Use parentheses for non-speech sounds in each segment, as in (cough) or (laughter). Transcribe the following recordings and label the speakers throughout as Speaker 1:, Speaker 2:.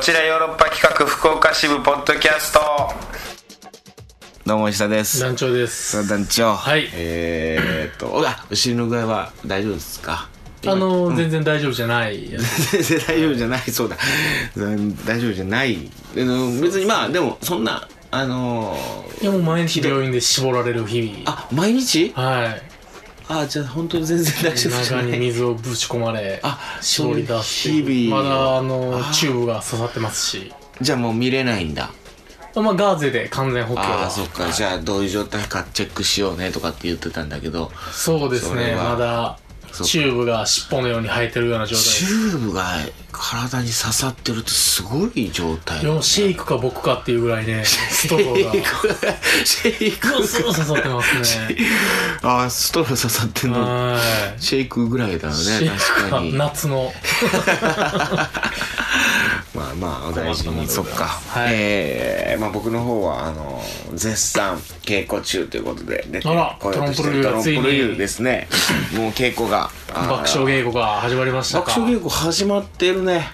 Speaker 1: ちらヨーロッパ企画福岡支部ポッドキャスト
Speaker 2: どうも石田です
Speaker 3: 団長です
Speaker 2: さあ団長
Speaker 3: はい
Speaker 2: えーっとおあお尻の具合は大丈夫ですか
Speaker 3: あの、全然大丈夫じゃないやつ
Speaker 2: 全然 (laughs) 大丈夫じゃないそうだうん大丈夫じゃないあの別にまあでもそんなあのー
Speaker 3: いやもう毎日病院で絞られる日々
Speaker 2: あ毎日
Speaker 3: はい
Speaker 2: あじゃあ本当に全然大丈夫じゃ
Speaker 3: 中
Speaker 2: な
Speaker 3: に
Speaker 2: い
Speaker 3: 水をぶち込まれ
Speaker 2: あ
Speaker 3: 絞り出すっていう
Speaker 2: そういう日々
Speaker 3: まだあの
Speaker 2: あー
Speaker 3: チューブが刺さってますし
Speaker 2: じゃあもう見れないんだ
Speaker 3: まあガーゼで完全補強
Speaker 2: あ
Speaker 3: は
Speaker 2: あそっかじゃあどういう状態かチェックしようねとかって言ってたんだけど
Speaker 3: そうです
Speaker 2: それ
Speaker 3: ね
Speaker 2: は
Speaker 3: まだ
Speaker 2: そうか
Speaker 3: チューブが尻尾のように生えてるような状
Speaker 2: チ
Speaker 3: 態
Speaker 2: ューブが体に刺さってるってすごい状態
Speaker 3: でもシェイクか僕かっていうぐらいねストロ
Speaker 2: (laughs)
Speaker 3: ーが
Speaker 2: シェイク
Speaker 3: グスグス刺さってますね
Speaker 2: ああストロー刺さってんの
Speaker 3: はい
Speaker 2: シェイクぐらいだよ
Speaker 3: シ
Speaker 2: ね
Speaker 3: ェイク
Speaker 2: 確か
Speaker 3: か
Speaker 2: に
Speaker 3: 夏の
Speaker 2: まあまあお大事にそっか、
Speaker 3: はい
Speaker 2: えーまあ、僕の方はあの絶賛稽古中ということで出て
Speaker 3: あら
Speaker 2: こようとしてる
Speaker 3: ト
Speaker 2: ト
Speaker 3: ロ
Speaker 2: ロ
Speaker 3: ン
Speaker 2: ン
Speaker 3: プ
Speaker 2: プ
Speaker 3: ルーがついに
Speaker 2: ルーです
Speaker 3: (laughs)
Speaker 2: ねもう稽古があー
Speaker 3: 爆笑稽古が始まりました
Speaker 2: 爆
Speaker 3: か
Speaker 2: 笑稽古始まってるね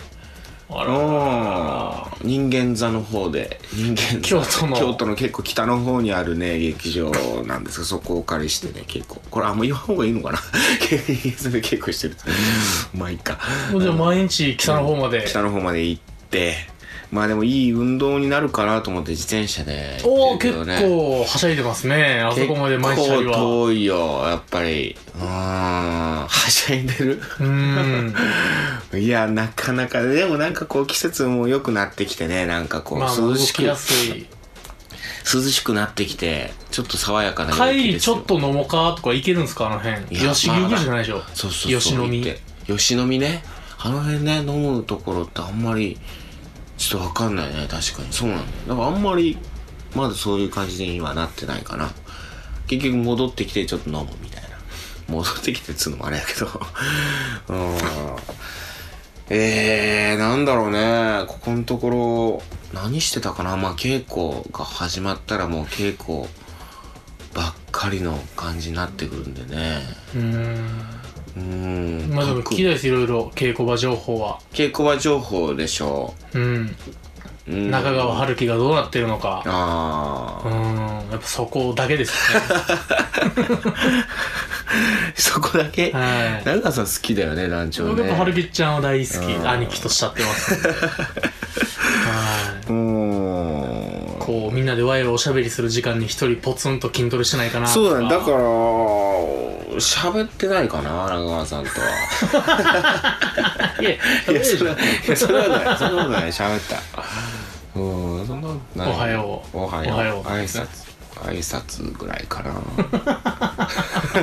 Speaker 3: あら
Speaker 2: うん人間座の方で人間座
Speaker 3: 京都の
Speaker 2: 京都の結構北の方にあるね劇場なんですがそこをお借りしてね稽古これあんま言わん方がいいのかな (laughs) それ稽古してるまあいいか
Speaker 3: もうじゃあ毎日北の方まで、
Speaker 2: 北の方まで行ってまあでもいい運動になるかなと思って自転車で行
Speaker 3: おお
Speaker 2: って
Speaker 3: 結
Speaker 2: るけどね
Speaker 3: 構はしゃいでますねあそこまで毎日は
Speaker 2: 結構遠いよやっぱりうんはしゃいでる
Speaker 3: う
Speaker 2: (laughs)
Speaker 3: ーん
Speaker 2: いやなかなかでもなんかこう季節も良くなってきてねなんかこう
Speaker 3: まあ
Speaker 2: 涼
Speaker 3: 動
Speaker 2: しく、
Speaker 3: きやすい
Speaker 2: 涼しくなってきてちょっと爽やかな陽
Speaker 3: 帰
Speaker 2: 気
Speaker 3: り
Speaker 2: です
Speaker 3: ち
Speaker 2: よ
Speaker 3: ょっと飲もうかとか行けるんですかあの辺
Speaker 2: いや
Speaker 3: 吉
Speaker 2: まあ
Speaker 3: 牛じゃないでしょ
Speaker 2: そうそうそう
Speaker 3: 吉飲み
Speaker 2: 行って吉飲みねあの辺ね飲むところってあんまりちょっと分かんないね確かにそうなんだよだからあんまりまだそういう感じにはなってないかな結局戻ってきてちょっと飲むみたいな戻ってきてっつうのもあれやけど (laughs) うんえー、なんだろうねここのところ何してたかなまあ稽古が始まったらもう稽古ばっかりの感じになってくるんでね
Speaker 3: うーん
Speaker 2: うん
Speaker 3: まあでも
Speaker 2: 各
Speaker 3: 聞きたいですいろいろ稽古場情報は
Speaker 2: 稽古場情報でしょ
Speaker 3: うん
Speaker 2: う、うん
Speaker 3: 中川春樹がどうなってるのか
Speaker 2: あ
Speaker 3: うーんやっぱそこだけです
Speaker 2: (laughs)
Speaker 3: ね
Speaker 2: あ (laughs) そこだけ、
Speaker 3: はい
Speaker 2: 中川さん好きだよね団長
Speaker 3: 僕やっ
Speaker 2: ね
Speaker 3: ぱ春樹ちゃんは大好き
Speaker 2: うん
Speaker 3: 兄貴と慕ってます
Speaker 2: (laughs)
Speaker 3: んではい
Speaker 2: うん
Speaker 3: こうみんなでワイワイおしゃべりする時間に一人ポツンと筋トレしてないかなと
Speaker 2: そうだねだから喋ってないかな中川さんとは
Speaker 3: いや
Speaker 2: いやそれはいやそれはないそんなことない喋ったうんそんなことない
Speaker 3: おはよう
Speaker 2: おはよう
Speaker 3: おはよう
Speaker 2: 挨拶挨拶ぐらい
Speaker 3: (laughs)
Speaker 2: かない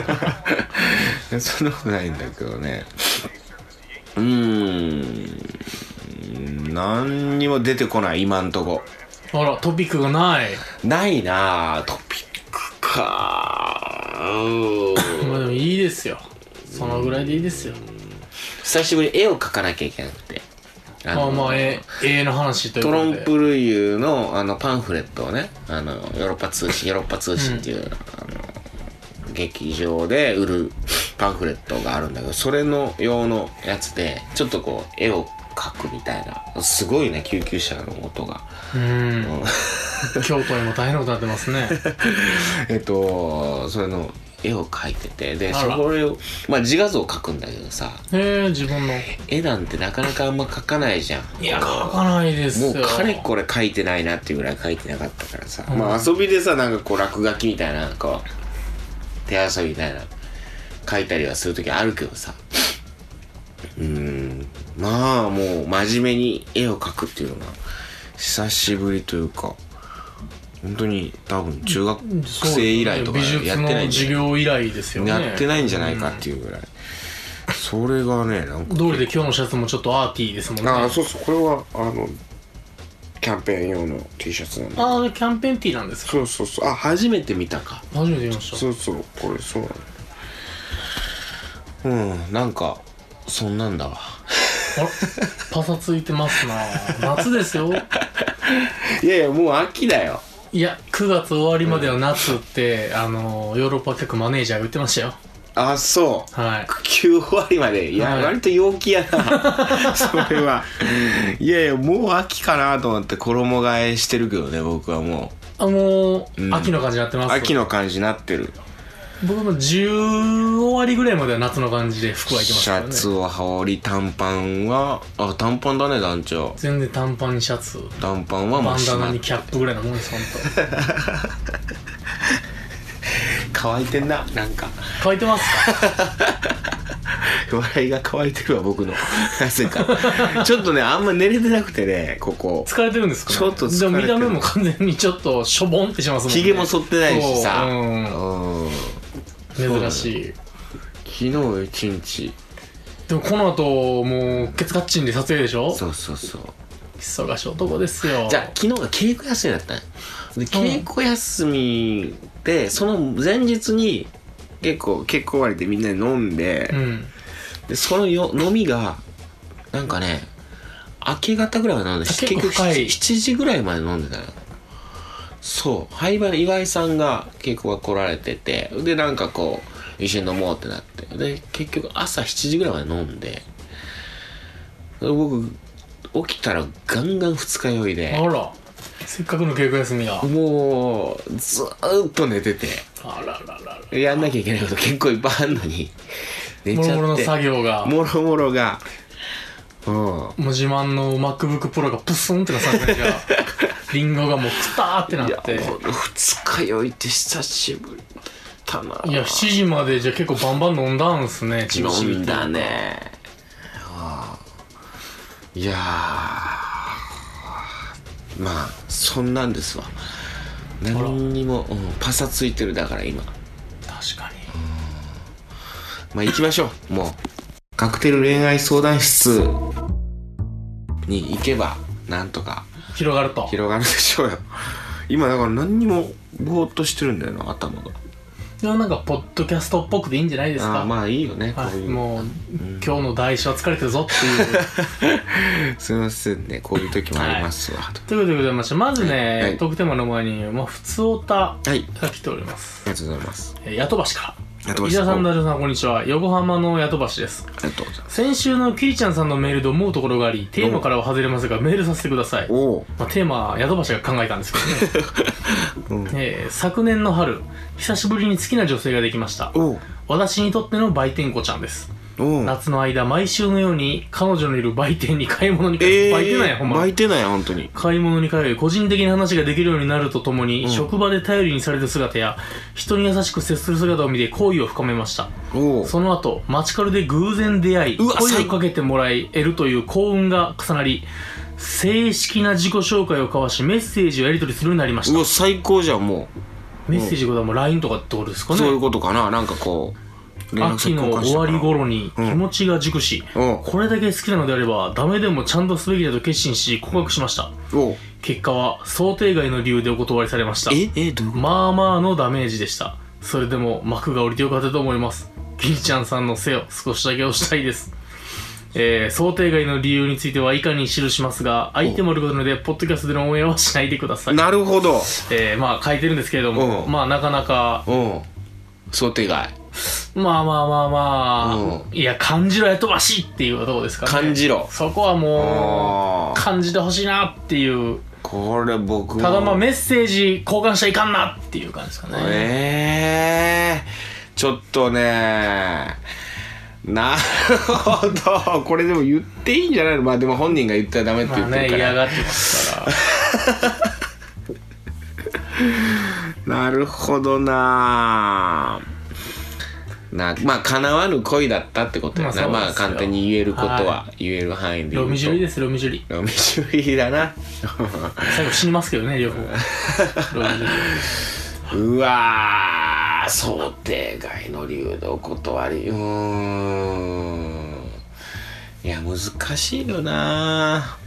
Speaker 2: やそんなことないんだけどねうーん何にも出てこない今んとこ
Speaker 3: あらトピックがない
Speaker 2: ないなあトピックかうん
Speaker 3: まあでもいいですよそのぐらいでいいですよ
Speaker 2: 久しぶりに絵を描かなきゃいけなくてあ
Speaker 3: まあ
Speaker 2: の
Speaker 3: まあええの話という
Speaker 2: ト
Speaker 3: こ
Speaker 2: ロ
Speaker 3: と
Speaker 2: ン
Speaker 3: で
Speaker 2: プルユのあのパンフレットをねあのヨーロッパ通信ヨーロッパ通信っていう、あの劇場で売るパンフレットがあるんだけどそれの用のやつでちょっとこう絵を描くみたいなすごいね救急車の音
Speaker 3: (laughs)
Speaker 2: が
Speaker 3: うん京都にも大変なことになってま
Speaker 2: (laughs)
Speaker 3: すね
Speaker 2: えっとそれの絵を描いててで
Speaker 3: あ
Speaker 2: そ
Speaker 3: ら
Speaker 2: れをまあ自画像を描くんだけどさ
Speaker 3: へえ自分の
Speaker 2: 絵なんてなかなかあんま描かないじゃん
Speaker 3: いや書かないです
Speaker 2: も
Speaker 3: よ
Speaker 2: うかれこれ書いてないなっていうぐらい書いてなかったからさ、
Speaker 3: ん
Speaker 2: まあ遊びでさなんかこう落書きみたいなこう手遊びみたいな書いたりはする時あるけどさうーんまあもう真面目に絵を描くっていうのが久しぶりというか本当に多分中学
Speaker 3: そう
Speaker 2: 生以来とか
Speaker 3: 美
Speaker 2: やって
Speaker 3: 術
Speaker 2: ない
Speaker 3: の
Speaker 2: んじゃ
Speaker 3: 授業以来ですよね
Speaker 2: やってないんじゃないかっていうぐらい、それがねなんか
Speaker 3: 通りで今日のシャツもちょっとアーティーですもんね
Speaker 2: ああそうそうこれはあのキャンペーン用の T シャツなんだ
Speaker 3: あーキャンペーンティーなんですか
Speaker 2: そうそうそうあ初めて見たか
Speaker 3: 初めて見ました
Speaker 2: そうそうこれそうなのうんなんかそんなんだわ
Speaker 3: あらパサついてますな夏ですよ
Speaker 2: いやいやもう秋だよ
Speaker 3: いや9月終わりまでは夏って、あのヨーロッパ客マネージャーが言ってましたよ
Speaker 2: あそう
Speaker 3: はい。
Speaker 2: 9割までいや、
Speaker 3: はい
Speaker 2: 割と陽気やな (laughs) それはいやいやもう秋かなと思って衣替えしてるけどね僕はも
Speaker 3: あのー
Speaker 2: うん
Speaker 3: 秋の感じやって
Speaker 2: う
Speaker 3: ます。
Speaker 2: 秋の感じになってる
Speaker 3: 僕も10終わりぐらいまでは夏の感じで服はいけまし
Speaker 2: シ
Speaker 3: た
Speaker 2: ャ
Speaker 3: よね。
Speaker 2: ツを羽織り短パンはあ短パンだね団長
Speaker 3: 全然短パンにシャツ、
Speaker 2: 短パンはも
Speaker 3: バ
Speaker 2: う
Speaker 3: ン
Speaker 2: し
Speaker 3: ダ
Speaker 2: ま
Speaker 3: ナ
Speaker 2: っ
Speaker 3: にキャップぐらいのもんです、ほんと。
Speaker 2: 乾いてんななんか
Speaker 3: 乾いてますか
Speaker 2: 笑いが乾いてるわ僕のなぜかちょっとねあんま寝れてなくてねここ
Speaker 3: 疲れてるんですか、ね、
Speaker 2: ちょっと疲れてる
Speaker 3: でも見た目も完全にちょっとしょぼんってしますもんね。
Speaker 2: ひげも剃ってないしさ
Speaker 3: そううん
Speaker 2: うん
Speaker 3: 珍しい。
Speaker 2: 昨日一日
Speaker 3: でもこの後、もう、ケツカッチンで撮影でしょ
Speaker 2: そうそうそう
Speaker 3: 忙しい男ですよ。
Speaker 2: じゃあ昨日が稽古休みだったのよで稽古休みでその前日に結構結構終わりでみんなで飲んで、
Speaker 3: うん。
Speaker 2: でそのよ飲みがなんかね明け方ぐらいまで飲んで
Speaker 3: 結構深い
Speaker 2: 7, 時ぐらいまで飲んでたよそう廃盤の岩井さんが稽古が来られててでなんかこう一緒に飲もうってなってで結局朝7時ぐらいまで飲んでで僕起きたらガンガン二日酔いで
Speaker 3: あら、せっかくの稽古休みが。
Speaker 2: もうずーっと寝てて
Speaker 3: あらららら。
Speaker 2: やんなきゃいけないこと結構いっぱいあんのに寝ちゃ
Speaker 3: も
Speaker 2: って
Speaker 3: ろもろの作業が。も
Speaker 2: もろもろがうん
Speaker 3: う自慢の MacBook Pro がプスンってなされて
Speaker 2: (laughs)
Speaker 3: るじゃん。リンゴがもうくたーってなって。
Speaker 2: この二日酔いって久しぶりだったない
Speaker 3: や、7時までじゃあ結構バンバン飲んだんすね、中止
Speaker 2: 飲んだ。ねああいやーまあそんなんですわ何にも、うんパサついてるだから今
Speaker 3: 確かに。
Speaker 2: まあ行きましょう (laughs) もうカクテル恋愛相談室に行けばなんとか
Speaker 3: 広がると。
Speaker 2: 広がるでしょうよ今だから何にもぼーっとしてるんだよな頭が
Speaker 3: でもなんか、ポッドキャストっぽくていいんじゃないです
Speaker 2: あ
Speaker 3: か。
Speaker 2: あまあいいよね、
Speaker 3: は
Speaker 2: こう
Speaker 3: い、
Speaker 2: いう
Speaker 3: もう、今日の代償は疲れてるぞってい
Speaker 2: (laughs)
Speaker 3: う。
Speaker 2: すいませんね、こういう時もありますわ。と
Speaker 3: ということでございまして、まずね、
Speaker 2: はい
Speaker 3: 特テーマの前に、まあ、普通オタ
Speaker 2: はい、あ
Speaker 3: が来ております。
Speaker 2: りがとうございます。
Speaker 3: えー、ヤトバシか
Speaker 2: ありがとうご
Speaker 3: ら。伊
Speaker 2: ざい
Speaker 3: 沢
Speaker 2: ます。
Speaker 3: さん、
Speaker 2: あ
Speaker 3: ダジョさん、こんにちは。横浜のヤトバシです。
Speaker 2: りがとうございます。
Speaker 3: 先週のキリちゃんさんのメールで思うところがあり、テーマからは外れますが、メールさせてください。
Speaker 2: おお、
Speaker 3: まあ、テーマは宿橋が考えたんですけど (laughs) ね、えー昨年の春久しぶりに好きな女性ができました
Speaker 2: おう
Speaker 3: 私にとっての売店子ちゃんです
Speaker 2: おう。
Speaker 3: 夏の間毎週のように彼女のいる売店に買い物に通い、売店なんやほんま
Speaker 2: 巻
Speaker 3: に
Speaker 2: いてない、本当に。
Speaker 3: 買い物に通い個人的な話ができるようになるとともに、職場で頼りにされる姿や人に優しく接する姿を見て好意を深めました
Speaker 2: おお。
Speaker 3: その後、マチカルで偶然出会い、
Speaker 2: うわ
Speaker 3: 声
Speaker 2: 最
Speaker 3: を
Speaker 2: 高
Speaker 3: かけてもらえるという幸運が重なり、正式な自己紹介を交わし、メッセージをやり取りするようになりまし
Speaker 2: う
Speaker 3: た。
Speaker 2: わ、最高じゃん、も
Speaker 3: メッセージごとはもう LINE とかってことです
Speaker 2: う。
Speaker 3: か
Speaker 2: そうい
Speaker 3: ね
Speaker 2: う。ことかな、なんかこう。連絡
Speaker 3: 秋
Speaker 2: 先
Speaker 3: の
Speaker 2: 交換し
Speaker 3: 終
Speaker 2: たか
Speaker 3: わ
Speaker 2: ら
Speaker 3: り頃に気
Speaker 2: ん
Speaker 3: 持ちが熟し、
Speaker 2: うん
Speaker 3: これだけ好きなのであれば、ダメでもちゃんとすべきだと決心し、告白しました。
Speaker 2: おう。
Speaker 3: 結果は、想定外の理由でお断りされました。
Speaker 2: え、え、どういうこ
Speaker 3: まあまあのダメージでした。それでも幕が降りてよかったと思います。キリちゃんさんの背を少しだけ押したいです。えー、想定外の理由については以下に記しますが、相手もいることなので、ポッドキャストでのオンエアはしないでくださ
Speaker 2: と
Speaker 3: い。
Speaker 2: なるほど。
Speaker 3: えー、まあ書いてるんですけれども、
Speaker 2: うん
Speaker 3: まあなかなか、
Speaker 2: うん。想定外。
Speaker 3: まあまあまあまあ、
Speaker 2: う
Speaker 3: いや、感じろやとばしいっていうところですかね。
Speaker 2: 感じろ。
Speaker 3: そこはもう、
Speaker 2: ああ。
Speaker 3: 感じてほしいなっていう、
Speaker 2: これ僕も。
Speaker 3: ただまあメッセージ交換しちゃいかんなっていう感じですかね。
Speaker 2: ええちょっとねなるほど (laughs) これでも言っていいんじゃないのまあでも本人が言ったらダメって言
Speaker 3: まあ
Speaker 2: って
Speaker 3: ね、
Speaker 2: るから、
Speaker 3: 嫌がってますから。
Speaker 2: なるほどななまあ叶わぬ恋だったってことやな、
Speaker 3: まあそうですよ
Speaker 2: まあ簡単に言えることは言える範囲で言う
Speaker 3: ロ
Speaker 2: と
Speaker 3: ミジュリです、ロミジュリ。
Speaker 2: ロミジュリだな
Speaker 3: 最後死にますけどね、両方。ロミジュリ。
Speaker 2: うわー想定外の理由でお断りうーんいや難しいよな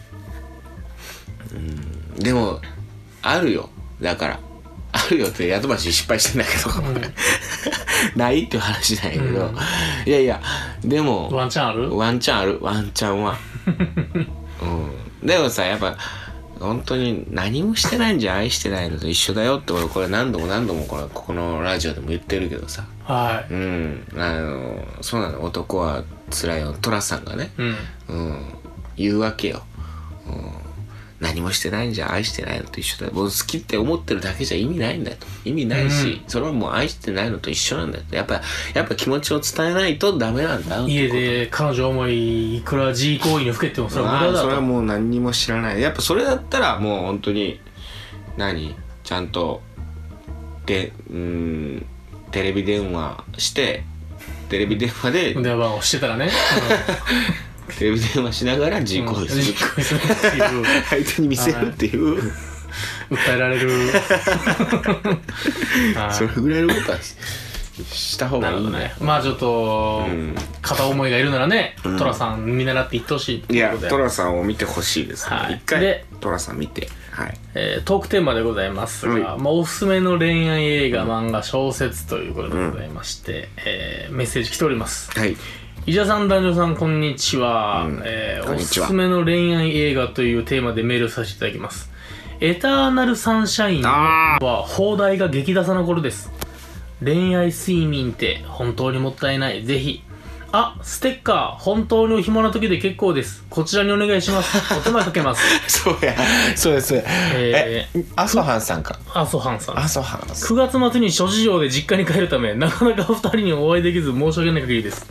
Speaker 2: うんでもあるよだからあるよってヤトバシ失敗してんだけど、 (laughs) ないっていう話なんやけど、
Speaker 3: うん
Speaker 2: いやいやでも
Speaker 3: ワンチャンあ
Speaker 2: (laughs)
Speaker 3: る
Speaker 2: ワンチャンあるワンチャンはうんでもさやっぱ本当に何もしてないんじゃ愛してないのと一緒だよって俺これ何度も何度もこれここのラジオでも言ってるけどさ
Speaker 3: は
Speaker 2: うんあのそうなの男は辛いよ寅さんがね
Speaker 3: い。うん。
Speaker 2: うん言うわけよ、うん、何もしてないんじゃ愛してないのと一緒だ僕好きって思ってるだけじゃ意味ないんだと意味ないし、それはもう愛してないのと一緒なんだとやっぱやっぱ気持ちを伝えないとダメなんだ
Speaker 3: 家で彼女思い、いくら G 行為にふけてもそれは無
Speaker 2: あ
Speaker 3: 駄
Speaker 2: ー
Speaker 3: だ
Speaker 2: それは
Speaker 3: と。
Speaker 2: もう何にも知らないやっぱそれだったらもう本当に何ちゃんとでうーんテレビ電話してテレビ電話で
Speaker 3: 電話をしてたらね。
Speaker 2: テレビ電話しながら
Speaker 3: う
Speaker 2: 実
Speaker 3: ん
Speaker 2: 行す
Speaker 3: G
Speaker 2: る、
Speaker 3: 行為するっていう、
Speaker 2: 相手に見せるっていう、
Speaker 3: 訴えられる。はい
Speaker 2: それぐらいのことはしした方
Speaker 3: な
Speaker 2: が
Speaker 3: る
Speaker 2: い
Speaker 3: ほ
Speaker 2: い
Speaker 3: ど
Speaker 2: ね
Speaker 3: ね。まあちょっと、
Speaker 2: ん
Speaker 3: 片思いがいるならね、トラさん見習っていってほしいと
Speaker 2: い
Speaker 3: いう
Speaker 2: や
Speaker 3: ことで
Speaker 2: トラさんを見てほしいですね、
Speaker 3: はい
Speaker 2: 一回
Speaker 3: で
Speaker 2: トラさん見てはい
Speaker 3: えートークテーマでございますが、
Speaker 2: はい
Speaker 3: まあ、おすすめの恋愛映画、漫画、小説ということでございまして、えーメッセージ来ております。 (laughs)
Speaker 2: はい
Speaker 3: 伊者さん、男女さん、こんにちは。
Speaker 2: ん
Speaker 3: えー
Speaker 2: こん
Speaker 3: お
Speaker 2: にち
Speaker 3: す
Speaker 2: は
Speaker 3: すめの恋愛映画というテーマでメールさせていただきます。エターナルサンシャイン
Speaker 2: あ
Speaker 3: は放題が激ダサな頃です。恋愛睡眠って本当にもったいない。ぜひ。あ、ステッカー、本当にお暇な時で結構です。こちらにお願いします。お手間かけます。
Speaker 2: (laughs) そうやそうです
Speaker 3: えー
Speaker 2: 麻生藩さんか
Speaker 3: 麻生藩さん。
Speaker 2: 生藩さん
Speaker 3: 9月末に諸事情で実家に帰るためなかなかお二人にお会いできず申し訳ない限りです、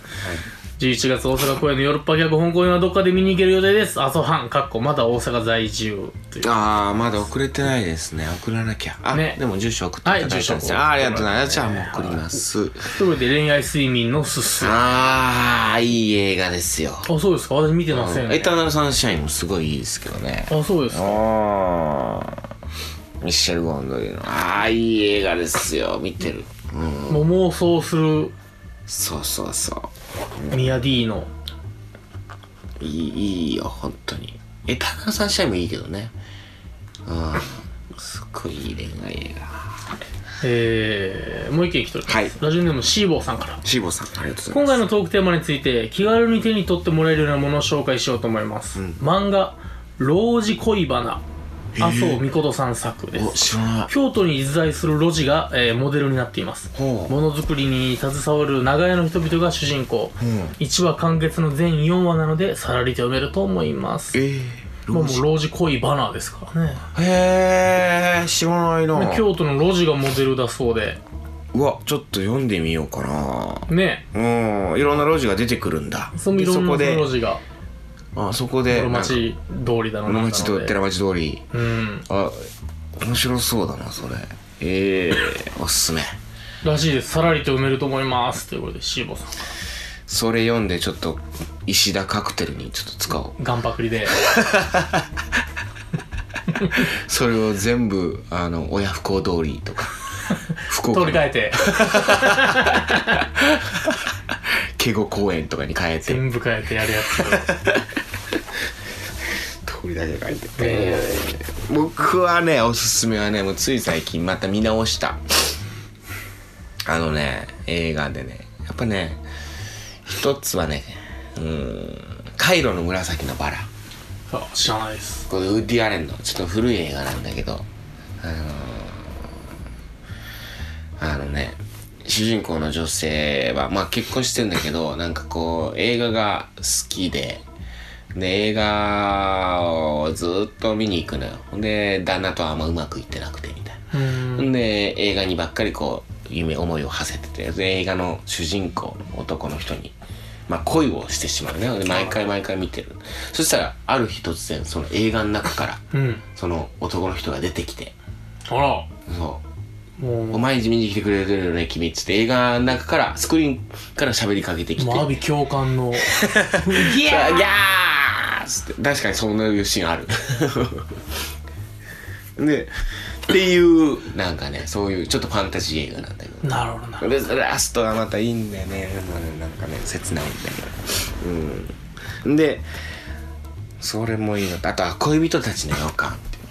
Speaker 3: 11月大阪公演のヨーロッパ脚本公演はどっかで見に行ける予定です阿蘇藩かっこまだ大阪在住という
Speaker 2: ああまだ送れてないですね送らなきゃあ、
Speaker 3: ね
Speaker 2: でも住所送っていただいたんですね、
Speaker 3: はい
Speaker 2: あーありがとうござい
Speaker 3: 住所
Speaker 2: ますじゃあもう送ります、
Speaker 3: ということで恋愛睡眠のすすあ
Speaker 2: ああいい映画ですよ、
Speaker 3: そうですか私見てません、
Speaker 2: エターナルサンシャインもすごいいいですけどね
Speaker 3: あそうですか
Speaker 2: あーミッシェル・ゴンドリーのああいい映画ですよ見てるうん
Speaker 3: もう妄想する
Speaker 2: そうそうそ
Speaker 3: ミヤディの
Speaker 2: ういいいいよ本当にエターナルサンシャインもいいけどねうんすっごいいい恋愛映画
Speaker 3: えー、もう一件来ております、
Speaker 2: はい
Speaker 3: ラジオネームシーボーさんから
Speaker 2: シーボさんありがとうござい
Speaker 3: 今
Speaker 2: ます
Speaker 3: 回のトークテーマについて気軽に手に取ってもらえるようなものを紹介しようと思います、漫画「老子恋花」麻生美琴さん作で
Speaker 2: お
Speaker 3: す
Speaker 2: 知らない
Speaker 3: 京都に実在する路地が、えーモデルになっています
Speaker 2: ほう
Speaker 3: ものづくりに携わる長屋の人々が主人公、1話完結の全4話なのでさらりと読めると思います
Speaker 2: ええ
Speaker 3: もうもう老子恋花ですからね
Speaker 2: へえ知らないな
Speaker 3: で京都の路地がモデルだそうで
Speaker 2: うわちょっと読んでみようかな
Speaker 3: ね
Speaker 2: うんいろんな路地が出てくるんだ
Speaker 3: そのい
Speaker 2: で
Speaker 3: ろ
Speaker 2: そ
Speaker 3: んな
Speaker 2: こで
Speaker 3: 路地が
Speaker 2: あそこで
Speaker 3: 室町
Speaker 2: なんか
Speaker 3: 通りだ
Speaker 2: 室
Speaker 3: のなんだので
Speaker 2: 町と寺町通り
Speaker 3: うん
Speaker 2: あ面白そうだなそれええ
Speaker 3: (laughs)
Speaker 2: おすすめ
Speaker 3: らしいです。さらりと埋めると思います。ということで、シーボさん。
Speaker 2: それ読んでちょっと石田カクテルにちょっと使おう
Speaker 3: ガンパクリで。
Speaker 2: それを全部あの親不孝通りと
Speaker 3: (laughs)
Speaker 2: か福岡の
Speaker 3: 取り替えて、
Speaker 2: 敬語公園とかに変えて
Speaker 3: 全部変えてやるや
Speaker 2: 通りだけ変えて
Speaker 3: つ。ね
Speaker 2: 僕はねおすすめはねもうつい最近また見直したあのね映画でねやっぱね一つはねうーん「カイロの紫のバラ
Speaker 3: あ知らないです。」
Speaker 2: これウッディ・アレンのちょっと古い映画なんだけどあのーあのね主人公の女性はまあ結婚してんだけどなんかこう映画が好きでで映画をずっと見に行くのよで旦那とはあんまうまくいってなくてみたいな
Speaker 3: うーん。
Speaker 2: んで映画にばっかりこう夢思いを馳せててで映画の主人公の男の人に、まあ、恋をしてしまうねで毎回毎回見てるそしたらある日突然その映画の中から
Speaker 3: うん。
Speaker 2: その男の人が出てきて
Speaker 3: あら、
Speaker 2: そう
Speaker 3: も
Speaker 2: お毎日見に来てくれてるよね君っつって映画の中からスクリーンから喋りかけて
Speaker 3: う、
Speaker 2: きて
Speaker 3: もう、阿鼻教官の、
Speaker 2: ギャーギャーっつって確かにそんなシーンある (laughs) でっていうなんかねそういうちょっとファンタジー映画なんだけど
Speaker 3: なるほどな。
Speaker 2: でラストがまたいいんだよねなんかね切ないんだけどうんでそれもいいのとあとは「恋人たちの予感」っていうね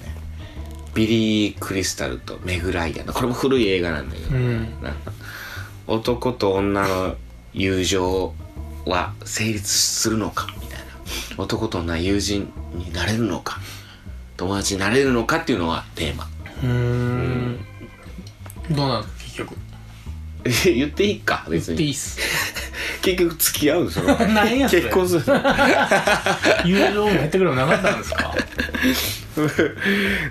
Speaker 2: ビリー・クリスタルとメグ・ライアンのこれも古い映画なんだけど、
Speaker 3: うん。
Speaker 2: なんか男と女の友情は成立するのかみたいな男と女は友人になれるのか友達になれるのかっていうのがテーマ (laughs)
Speaker 3: うーんどうなの結局
Speaker 2: 言っていいか別
Speaker 3: 言っていい
Speaker 2: に
Speaker 3: っす
Speaker 2: 結局付き合うんですよ
Speaker 3: (laughs) 何やそれ
Speaker 2: 結婚する
Speaker 3: 友情も減ってくれもなかったんですか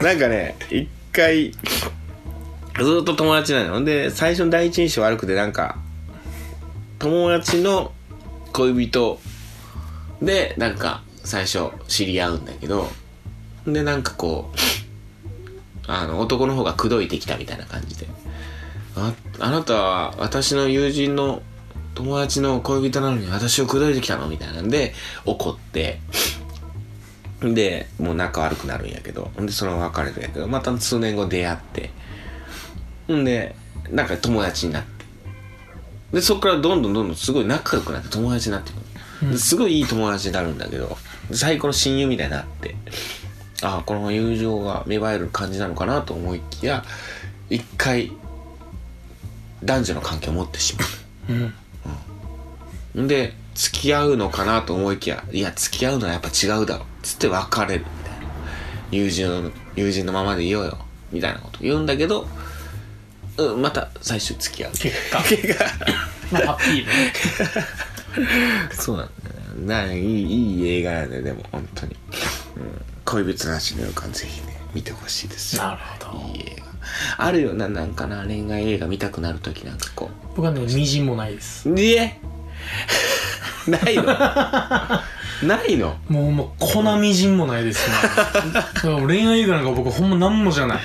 Speaker 2: なんかね一回ずっと友達なのほんで最初の第一印象悪くてなんか友達の恋人でなんか最初知り合うんだけどほんでなんかこうあの男の方が口説いてきたみたいな感じで「ああなたは私の友人の友達の恋人なのに私を口説いてきたの?」みたいなんで怒って。でもう仲悪くなるんやけどほんでその別れるんやけどまた数年後出会ってほんでなんか友達になってでそこからどんどんどんどんすごい仲良くなって友達になってくるですごいいい友達になるんだけど最高の親友みたいになってああこの友情が芽生える感じなのかなと思いきや一回男女の関係を持ってしまう
Speaker 3: うん
Speaker 2: で付き合うのかなと思いきやいや付き合うのはやっぱ違うだろつって別れるみたいな友人の友人のままでいようよみたいなこと言うんだけど、うん、また最終付き合う
Speaker 3: 結果まあハッピーね
Speaker 2: そうなんだよねないいいい映画やねでも本当に、うん、恋人なしの予感ぜひね見てほしいですよ
Speaker 3: なるほど
Speaker 2: いい映画あるよななんかな恋愛映画見たくなるときなんかこう
Speaker 3: 僕はねみじんもないです
Speaker 2: いえないのないの
Speaker 3: もうほんま粉みじんもないです (laughs) ねだから恋愛映画なんか僕ほんま何もじゃない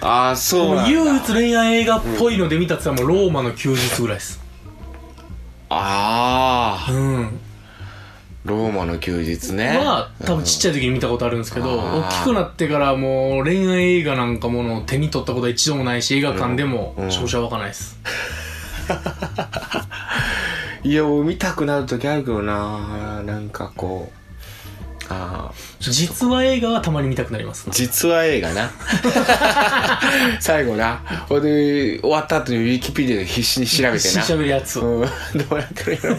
Speaker 2: ああそう
Speaker 3: も
Speaker 2: なん
Speaker 3: う
Speaker 2: だ
Speaker 3: 唯一恋愛映画っぽいので見たって言ったらもうローマの休日ぐらいです
Speaker 2: ああ
Speaker 3: うん
Speaker 2: ローマの休日ね
Speaker 3: は多分ちっちゃい時に見たことあるんですけど
Speaker 2: あー
Speaker 3: 大きくなってからもう恋愛映画なんかものを手に取ったことは一度もないし映画館でも
Speaker 2: うん
Speaker 3: 勝者は湧かないです
Speaker 2: いやもう見たくなる時あるけどななんかこうああ
Speaker 3: 実話映画はたまに見たくなりますね
Speaker 2: 実は映
Speaker 3: (laughs)
Speaker 2: 画な最後なほんで終わった後にウィキペディアで必死に調べて
Speaker 3: し
Speaker 2: な
Speaker 3: ゃべるやつを
Speaker 2: うん、 (laughs) どうやってるやろ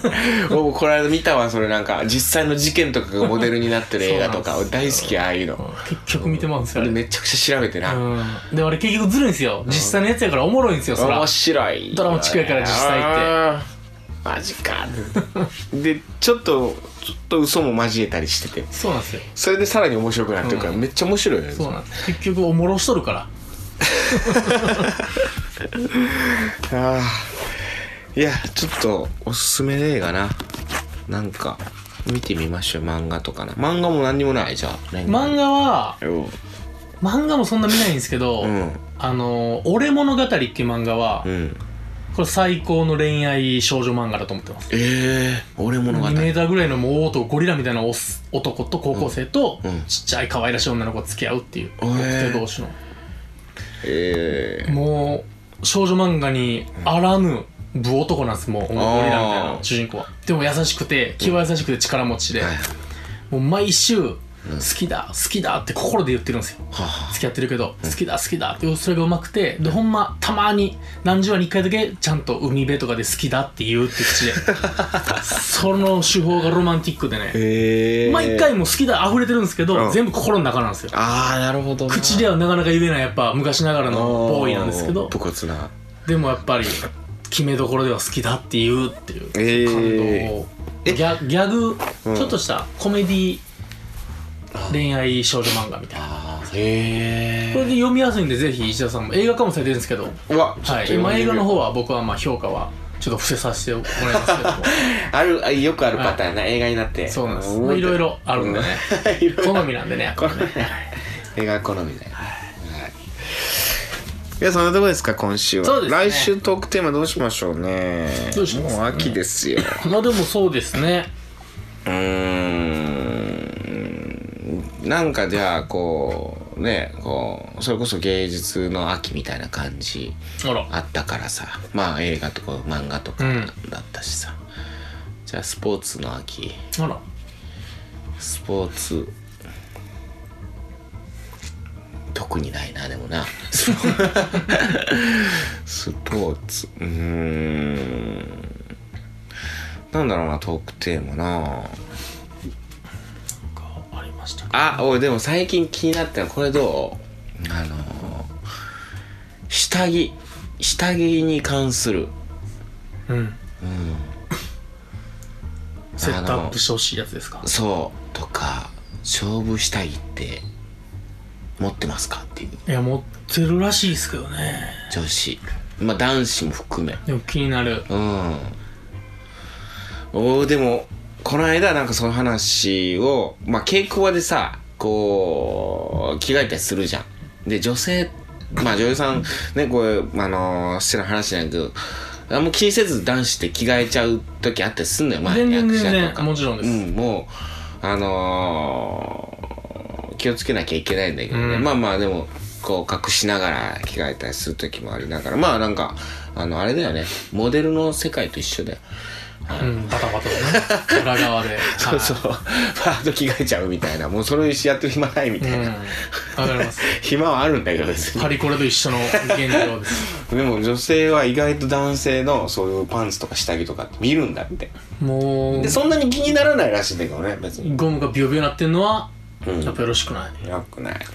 Speaker 2: 俺もこの間見たわそれなんか実際の事件とかがモデルになってる映画とか
Speaker 3: (laughs) そうなん
Speaker 2: 大好きああいうの
Speaker 3: 結局見てまうんですよあ
Speaker 2: 俺
Speaker 3: れ
Speaker 2: めちゃくちゃ調べてな、
Speaker 3: うんで俺結局ずるいんですよ実際のやつやからおもろいんですよそら
Speaker 2: 面白い
Speaker 3: ドラマチックやから実際って
Speaker 2: ってマジ
Speaker 3: (laughs)
Speaker 2: かでちょっとちょっと嘘も交えたりしてて
Speaker 3: そうなんですよ
Speaker 2: それでさらに面白くなってるから、めっちゃ面白いよね
Speaker 3: そうなんです結局おもろしとるから
Speaker 2: あーいやちょっとおすすめ映画ななんか見てみましょう漫画とかな漫画も何にもないじゃあ
Speaker 3: 漫画は
Speaker 2: 画うん
Speaker 3: 漫画もそんな見ないんですけど、
Speaker 2: うん
Speaker 3: あの「俺物語」っていう漫画は、
Speaker 2: うん
Speaker 3: これ最高の恋愛少女漫画だと思ってます
Speaker 2: ええー、俺物語
Speaker 3: 2メーターぐらいのもう男ゴリラみたいなおす男と高校生と、
Speaker 2: うん
Speaker 3: ちっちゃい可愛らしい女の子が付き合うっていう
Speaker 2: へー
Speaker 3: 学生同士の、
Speaker 2: え
Speaker 3: もう少女漫画にあらぬ部男なんですもうゴリラみた
Speaker 2: あ
Speaker 3: いな
Speaker 2: ー
Speaker 3: 主人公はでも優しくて気は優しくて力持ちで、
Speaker 2: えー、はい
Speaker 3: もう毎週好きだ好きだって心で言ってるんですよ
Speaker 2: はあ
Speaker 3: 付き合ってるけど好きだ好きだってそれがうまくてでほんまたまに何十話に1回だけちゃんと海辺とかで好きだって言うって口
Speaker 2: (laughs)
Speaker 3: でその手法がロマンティックでね
Speaker 2: ええー、
Speaker 3: 毎回もう好きだ溢れてるんですけど、
Speaker 2: うん
Speaker 3: 全部心の中なんですよ
Speaker 2: ああなるほどな
Speaker 3: 口ではなかなか言えないやっぱ昔ながらのボーイなんですけ
Speaker 2: あ
Speaker 3: ど
Speaker 2: ー武骨な
Speaker 3: でもやっぱり決めどころでは好きだって言うっていう
Speaker 2: え
Speaker 3: 感動を、
Speaker 2: え
Speaker 3: ギャギャグ、
Speaker 2: うん
Speaker 3: ちょっとしたコメディ恋愛少女漫画みたいな
Speaker 2: ああへ
Speaker 3: これで読みやすいんでぜひ石田さんも映画化もされてるんですけど
Speaker 2: うわちょっと
Speaker 3: はい、
Speaker 2: 読ん
Speaker 3: 今
Speaker 2: でみ
Speaker 3: 映
Speaker 2: よ
Speaker 3: 画
Speaker 2: う
Speaker 3: の方は僕はまあ評価はちょっと伏せさせてもらいますけど
Speaker 2: (laughs)
Speaker 3: も
Speaker 2: あるあよくあるパターンな映画になって
Speaker 3: そうなんです、
Speaker 2: ん
Speaker 3: まあ、いろいろあるんでね
Speaker 2: いろい (laughs) ろ
Speaker 3: 好みなんでねやっぱね
Speaker 2: (laughs) 映画好みだよはいいやそんなとこですか今週は
Speaker 3: そうですね
Speaker 2: 来週トークテーマどうしましょうね
Speaker 3: どうします
Speaker 2: もう秋ですよ
Speaker 3: まあでもそうですね
Speaker 2: うーんなんかじゃあこうねこうそれこそ芸術の秋みたいな感じ
Speaker 3: あら
Speaker 2: あったからさまあ映画とか漫画とか
Speaker 3: うん
Speaker 2: だったしさ、じゃあスポーツの秋
Speaker 3: あら
Speaker 2: スポーツ特にないなでもなスポーツうーんなんだろうなトークテーマな
Speaker 3: なんかありましたか
Speaker 2: あおいでも最近気になったのこれどうあのー下着下着に関する
Speaker 3: うんセットアップ
Speaker 2: あ
Speaker 3: してほしいやつですか
Speaker 2: のそうとか勝負下着って持ってますかっていう
Speaker 3: いや持ってるらしいですけどね
Speaker 2: 女子まあ男子も含め
Speaker 3: でも気になる
Speaker 2: うんおーでもこの間なんかその話をまあ稽古場でさこう着替えたりするじゃんで女性まあ女優さんねこれあのー、してる話じゃないけどあんま気にせず男子って着替えちゃう時あったりすんのよまあ
Speaker 3: 全然
Speaker 2: 役者
Speaker 3: 全
Speaker 2: と
Speaker 3: 然
Speaker 2: か
Speaker 3: もちろんです、
Speaker 2: うん、もう、あのー気をつけなきゃいけないんだけどね。
Speaker 3: うん
Speaker 2: まあまあ、でも、こう、隠しながら着替えたりする時もありながら。まあなんか、あの、あれだよね。モデルの世界と一緒だよ。
Speaker 3: うん、バタバタでね裏側で
Speaker 2: (laughs) そうそう。パーッと着替えちゃうみたいな。もうそれやってる暇ないみた
Speaker 3: はいいうん
Speaker 2: な。
Speaker 3: わかります
Speaker 2: 暇はあるんだけど別に
Speaker 3: パリコレと一緒の現状です
Speaker 2: (laughs) でも女性は意外と男性のそういうパンツとか下着とかって見るんだって
Speaker 3: も
Speaker 2: でそんなに気にならないらしいんだけどね別に
Speaker 3: うゴムがビヨビヨなってんのは
Speaker 2: うん
Speaker 3: やっぱよろしくない
Speaker 2: よくない (laughs)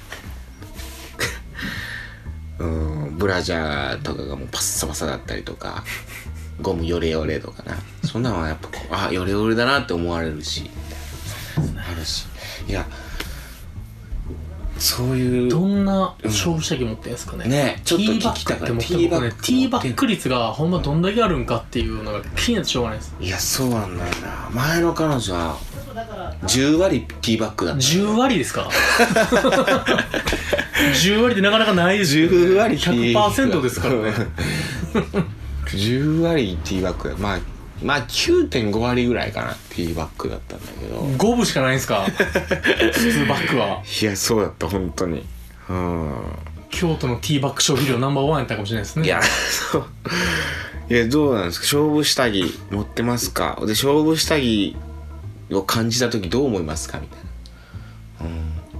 Speaker 2: うんブラジャーとかがもうパッサパサだったりとかゴムヨレヨレとかなそんなのはやっぱこうあヨレヨレだなって思われるしあるしいやそうい
Speaker 3: ど
Speaker 2: うん
Speaker 3: な勝負下着持ってんすかね、
Speaker 2: ねちょっと
Speaker 3: ティー
Speaker 2: 聞
Speaker 3: バ
Speaker 2: き
Speaker 3: ッ
Speaker 2: た
Speaker 3: ク
Speaker 2: か
Speaker 3: っ
Speaker 2: ってた
Speaker 3: 持って僕ねティーバッ
Speaker 2: ク
Speaker 3: ク率がほんまどんだけあるんかっていうのが気になってしょうがないです
Speaker 2: いやそうなんだよな前の彼女は10割ティーバックだった
Speaker 3: 10割で
Speaker 2: (laughs)
Speaker 3: すか10割ってなかなかないですよね
Speaker 2: 10割ティーバック
Speaker 3: 100%ですからね
Speaker 2: 10割ティーバックだまあまあ9.5割ぐらいかなティーバックだったんだけど
Speaker 3: 五分しかないんで
Speaker 2: (laughs)
Speaker 3: すか普通バックはい
Speaker 2: やそうだった本当にうん
Speaker 3: 京都のティーバック消費量ナンバーワンやったかもしれないですね
Speaker 2: いやそういやどうなんですか勝負下着持ってますかで勝負下着を感じた時どう思いますかみたいな、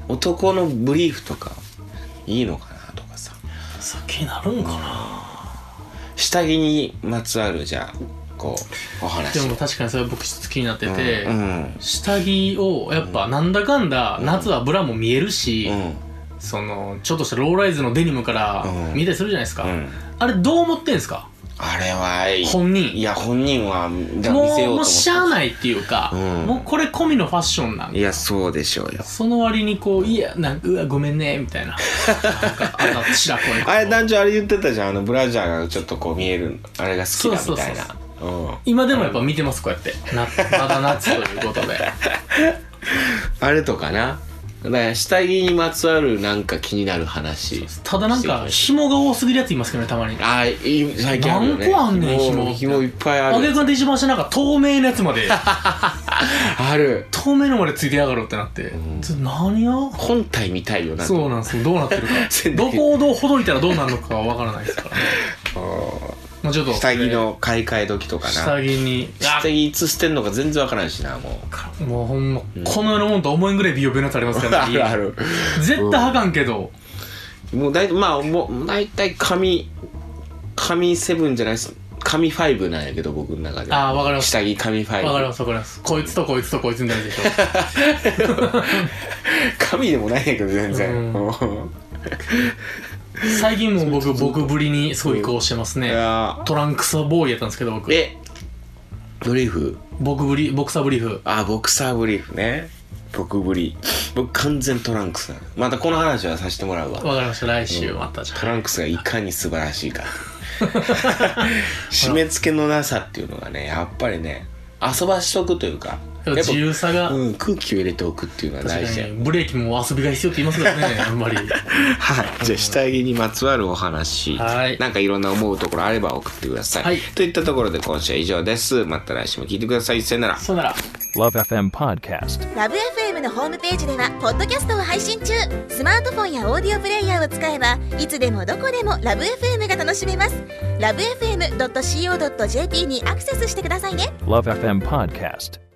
Speaker 2: うん、男のブリーフとかいいのかなとかさ
Speaker 3: さ気になるんかな
Speaker 2: 下着にまつわるじゃあこうお話
Speaker 3: でも確かにそれ僕気になってて、
Speaker 2: うん
Speaker 3: 下着をやっぱなんだかんだ夏はブラも見えるし、
Speaker 2: うん
Speaker 3: そのちょっとしたローライズのデニムから
Speaker 2: うん
Speaker 3: 見えたりするじゃないですか、
Speaker 2: うん
Speaker 3: あれどう思ってんすか
Speaker 2: あれはいい
Speaker 3: 本人
Speaker 2: いや本人はじゃあ見せようと
Speaker 3: もう
Speaker 2: 思
Speaker 3: も
Speaker 2: っ
Speaker 3: う
Speaker 2: て
Speaker 3: しゃあないっていうか、
Speaker 2: うん
Speaker 3: もうこれ込みのファッションなん
Speaker 2: いやそうでしょうよ
Speaker 3: その割にこういやなんかうわごめんねみたいななんかあんな白子に
Speaker 2: あれ団長あれ言ってたじゃんあのブラジャーがちょっとこう見えるあれが好きだみたいな
Speaker 3: そう
Speaker 2: うん
Speaker 3: 今でもやっぱ見てますこうやってなまだ夏ということで
Speaker 2: あれとかなだから下着にまつわるなんか気になる話
Speaker 3: ただなんか紐が多すぎるやついますけどねたまに
Speaker 2: あーいい最近あるよね
Speaker 3: 何個あんねん紐
Speaker 2: 紐いっぱいあ
Speaker 3: あげ
Speaker 2: る
Speaker 3: くんって一番下なんか透明なやつま
Speaker 2: (laughs)
Speaker 3: で
Speaker 2: ある
Speaker 3: 透明のまでついてやがろうってなって、ちょ何が
Speaker 2: 本体見たいよな
Speaker 3: そうなんですよどうなってるかどこをどうほどいたらどうなるのかはわからないです
Speaker 2: (laughs)
Speaker 3: から、ね、まあちょっと
Speaker 2: 下着の買い替え時とかな
Speaker 3: 下着に
Speaker 2: 下着いつ捨てんのか全然わからんしなもう
Speaker 3: あもうほんま、この世のもんとは思えんぐらい美容病のやつありますから
Speaker 2: (laughs) あるある
Speaker 3: 絶対はかんけど、
Speaker 2: もう大体まあもう大体紙紙セブンじゃないです紙ファイブなんやけど僕の中では
Speaker 3: ああわかります
Speaker 2: 下着紙ファイブ
Speaker 3: わかりますわかりますこいつとこいつとこいつみたいなやつでしょ
Speaker 2: 紙でもないんやけど全然、
Speaker 3: う最近もう僕僕ぶりにすごい移行してます
Speaker 2: い
Speaker 3: ね
Speaker 2: や
Speaker 3: トランクサボーイやったんですけど僕
Speaker 2: えブリーフ
Speaker 3: 僕ぶりボクサーブリーフ
Speaker 2: あボクサーブリーフね僕ブリ僕完全トランクスなのまたこの話はさせてもらうわ
Speaker 3: わかりました来週またじゃ
Speaker 2: トランクスがいかに素晴ら (laughs) しいか締め付けのなさっていうのがねやっぱりね遊ばしとくというか
Speaker 3: あ
Speaker 2: やっぱ
Speaker 3: 自由さが、
Speaker 2: うん、空気を入れておくっていうのは大
Speaker 3: 確
Speaker 2: 事
Speaker 3: か
Speaker 2: だよ
Speaker 3: にブレーキも遊びが必要って言いますからねあ
Speaker 2: (laughs)
Speaker 3: んまり
Speaker 2: はい、じゃあ下着にまつわるお話、
Speaker 3: はい
Speaker 2: なんかいろんな思うところあれば送ってください、
Speaker 3: はい
Speaker 2: といったところで今週は以上ですまた来週も聞いてくださいさよなら
Speaker 3: そうなら
Speaker 4: Love FM Podcast.
Speaker 5: ラブ f m のホームページではポッドキャストを配信中スマートフォンやオーディオプレイヤーを使えばいつでもどこでもラブ f m が楽しめますラブ FM.co.jp にアクセスしてくださいね
Speaker 4: Love FM Podcast.